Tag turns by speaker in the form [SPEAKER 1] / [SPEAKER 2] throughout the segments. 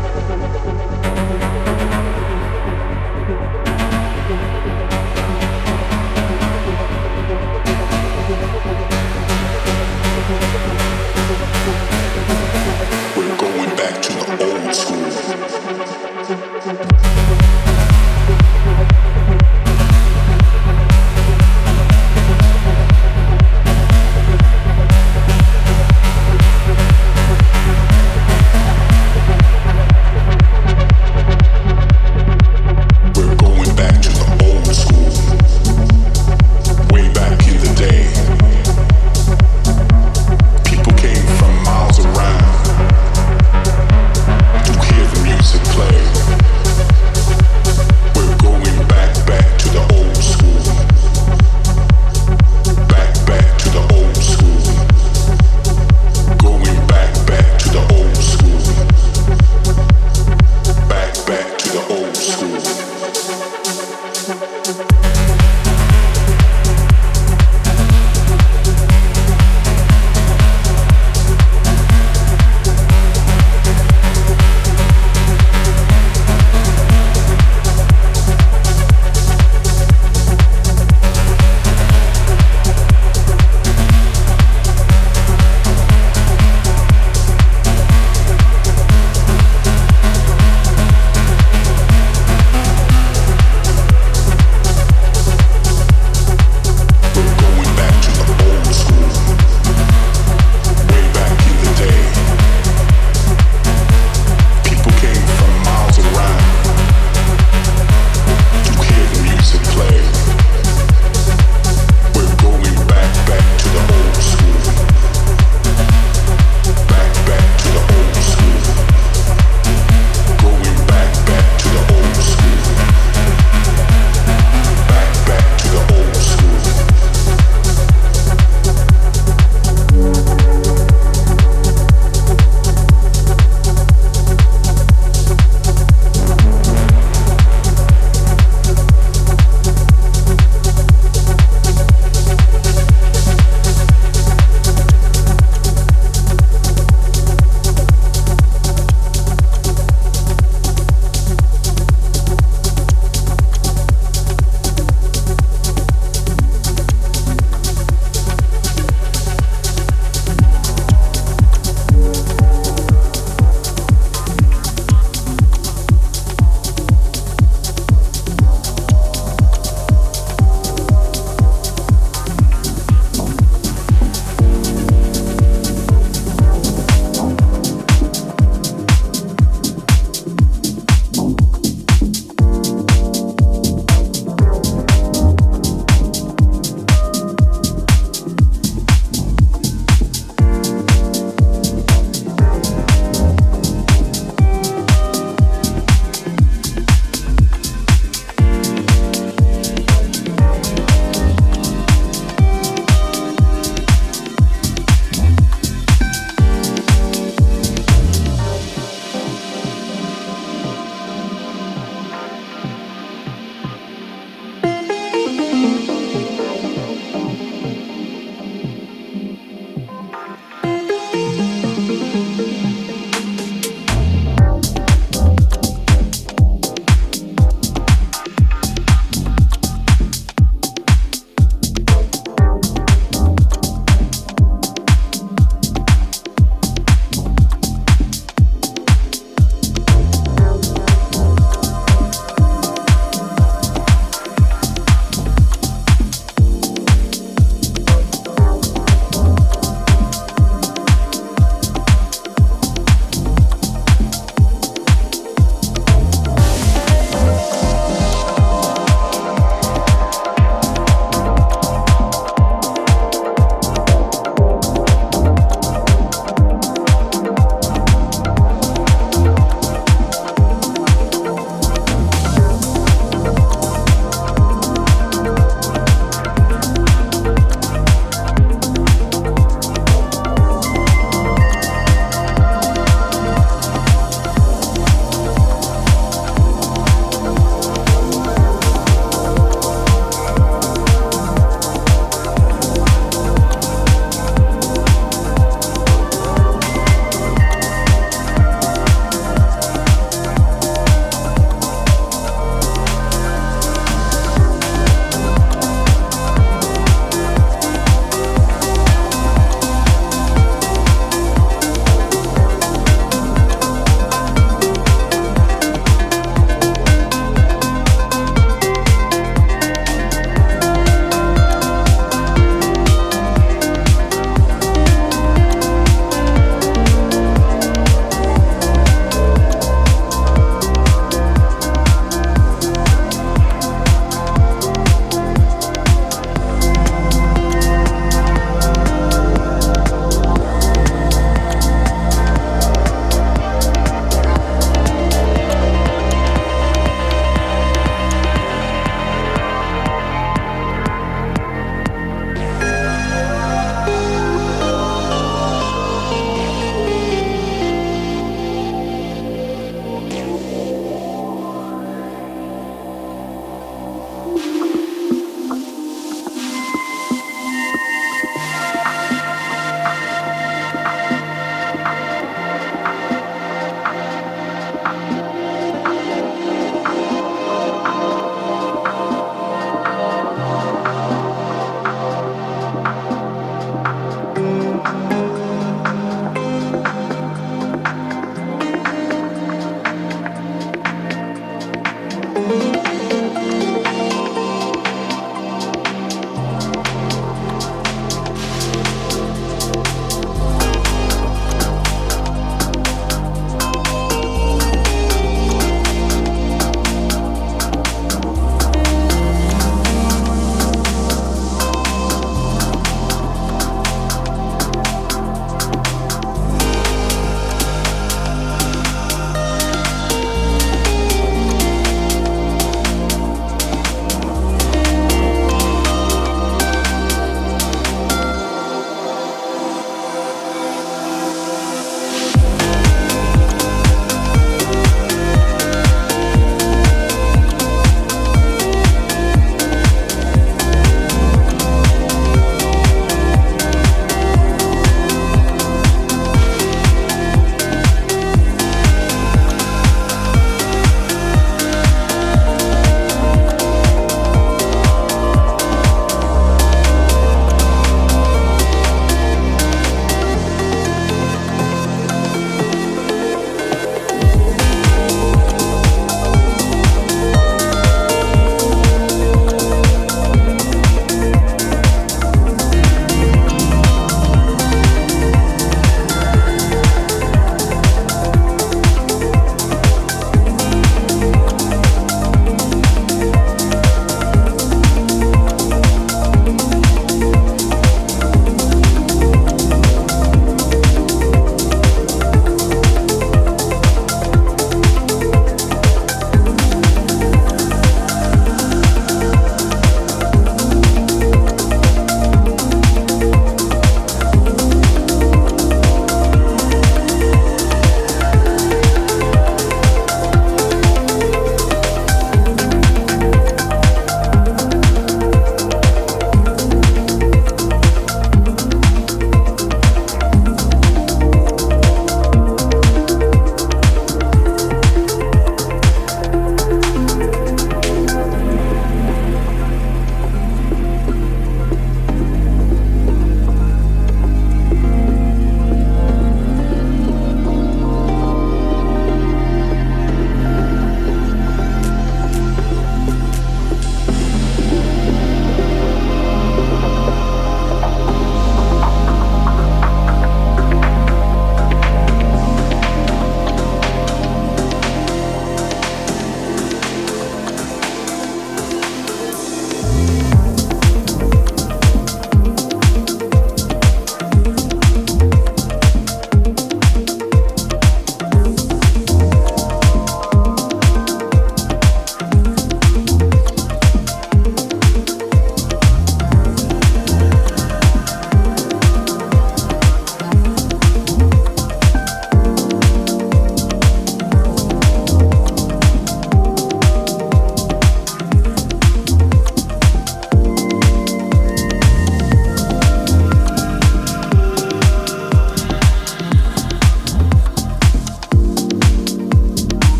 [SPEAKER 1] Thank you.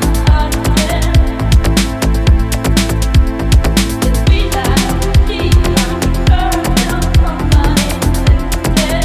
[SPEAKER 2] Somebody